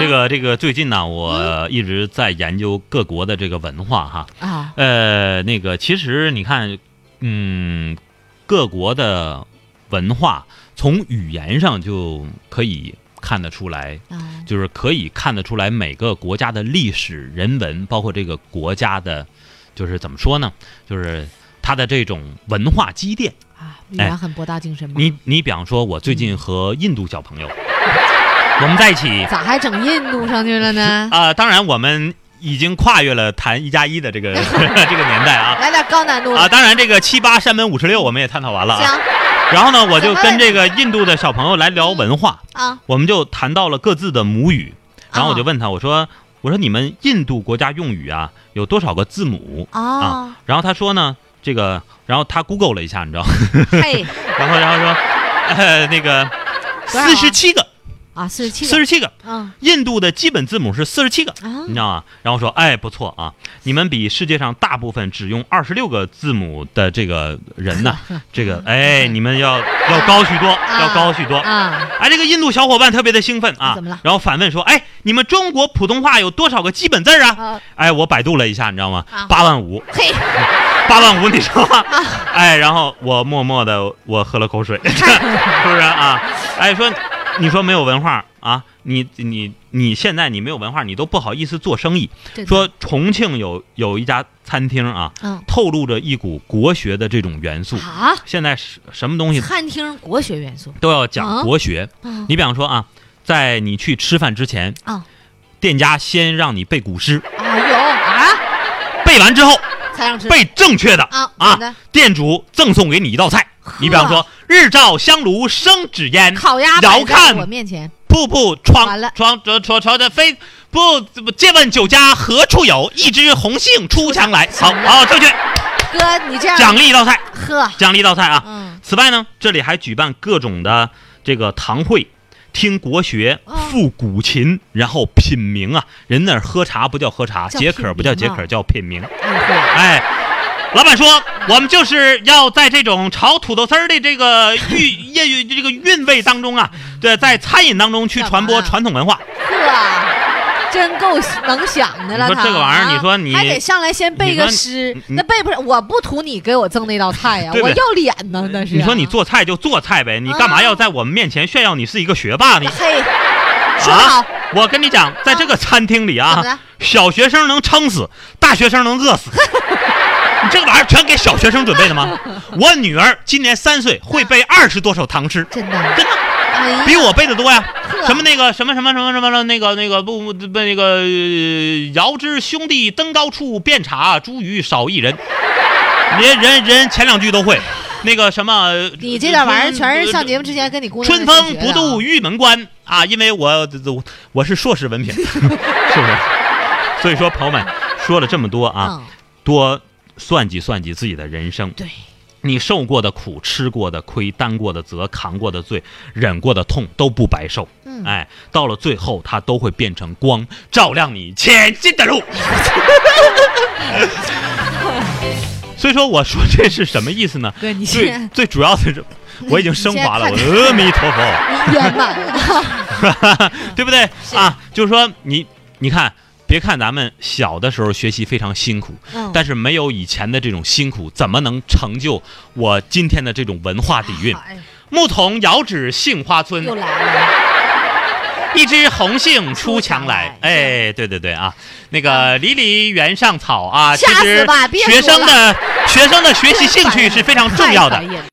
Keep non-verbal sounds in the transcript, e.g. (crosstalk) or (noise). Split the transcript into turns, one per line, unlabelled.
这个这个最近呢，我一直在研究各国的这个文化哈。
啊，
呃，那个其实你看，嗯，各国的文化从语言上就可以看得出来，
啊
就是可以看得出来每个国家的历史、人文，包括这个国家的，就是怎么说呢，就是它的这种文化积淀。
啊，语言很博大精深嘛。
哎你你比方说，我最近和印度小朋友，我们在一起
咋还整印度上去了呢？
啊、当然我们已经跨越了谈一加一的这个 (laughs) 这个年代啊
来点高难度的
啊，，当然这个七八山本五十六我们也探讨完了啊。
行
然后呢，我就跟这个印度的小朋友来聊文化，
啊，
我们就谈到了各自的母语，然后我就
啊
问他，我说我说你们印度国家用语啊有多少个字母？
哦，
然后他说呢，这个，然后他 Google 了一下，你知道，
嘿，
(laughs) 然后然后说， (laughs) 呃，那个
多少啊
四十七个，
啊，四十七
四
个，
十七个，
嗯
印度的基本字母是四十七个。
啊
你知道吗？然后说，哎，不错啊，你们比世界上大部分只用二十六个字母的这个人
(laughs)
呢，这个，哎，你们要要高许多，要高许多。
啊，
哎，这个印度小伙伴特别的兴奋啊，
怎么了
然后反问说，哎，你们中国普通话有多少个基本字儿啊？
啊
哎，我百度了一下，你知道吗
啊？
八万五，
嘿，
八万五，你知道吗？哎，然后我默默的我喝了口水， (laughs) 是不是啊？哎，说你说没有文化啊？你你你现在你没有文化，你都不好意思做生意。
这
说重庆有有一家餐厅啊，
嗯
透露着一股国学的这种元素。
啊，
现在什什么东西
餐厅国学元素
都要讲
啊
国学。
啊
你比方说啊，在你去吃饭之前，
啊
店家先让你背古诗，
啊有啊，
背完之后
才让吃
背正确的
啊好
啊
的，
店主赠送给你一道菜。你比方说“日照香炉生纸烟，
烤鸭
遥
摆在
看
我面前，
瀑布
完
窗
了
窗着窗窗着飞”，不不借问酒家何处有？一枝红杏出墙来。好好，正确，
哥你这样
奖励一道菜，
喝，
奖励一道菜啊。
嗯
此外呢，这里还举办各种的这个堂会，听国学、
哦
复古琴，然后品茗啊。人那儿喝茶不叫喝茶，
叫
解
品
渴不叫
茗
解
啊
渴，叫品茗。
哎
哎，老板说，我们就是要在这种炒土豆丝儿的这
(laughs)
个韵业韵这个韵味当中啊，对，在餐饮当中去传播
干嘛呀
传统文化。
喝呵，啊真够能想的了
你
他。
说这个玩意儿
啊
你说你
还得上来先背
你说
个
你
诗
你，
那背不是我不图你给我赠那道菜呀，
对不
我
对
要脸呢那是。啊
你说你做菜就做菜呗，你干嘛要在我们面前炫耀你啊是一个学霸呢？啊
嘿，说得好，
我跟你讲，在这个餐厅里
怎么
啊，
的？
小学生能撑死，大学生能饿
(laughs)
死。你这个玩意儿全给小学生准备的吗？我女儿今年三岁，会背二十多首唐诗，
真的，
真的。
哎呀，
比我背的多呀
哎呵。
什么那个什么什么什么什么了，那个那个不不那个呃遥知兄弟登高处，遍查茱萸少一人。人人人前两句都会，那个什么，
你这点玩意儿
春呃
全是上节目之前跟你姑娘
春
那些
风
学
不
的
度
啊
玉门关啊，因为我我我是硕士文凭，是 (laughs) 不是？所以说，朋友们说了这么多啊，
嗯
多算计算计自己的人生。
对，
你受过的苦、吃过的亏、担过的责、扛过的罪、忍过的痛都不白受。
嗯
哎，到了最后，它都会变成光，照亮你前进的
(laughs)
路。所以说，我说这是什么意思呢？
对你
最
先
最主要的是，我已经
(laughs)
升华了，我
你
的
先
阿弥陀佛， (laughs)
你圆满了，
对不对
是
啊？就是说你，你看，别看咱们小的时候学习非常辛苦，
嗯
但是没有以前的这种辛苦，怎么能成就我今天的这种文化底蕴？
哎
牧童遥指杏花
又
村，
来了，
一枝红杏出墙来
出墙来。嗯
哎，对对对啊，那个离离原上草啊，其
吓死
实
吧别
学
说
生的学生的学习兴趣是非常重要的
太。讨厌了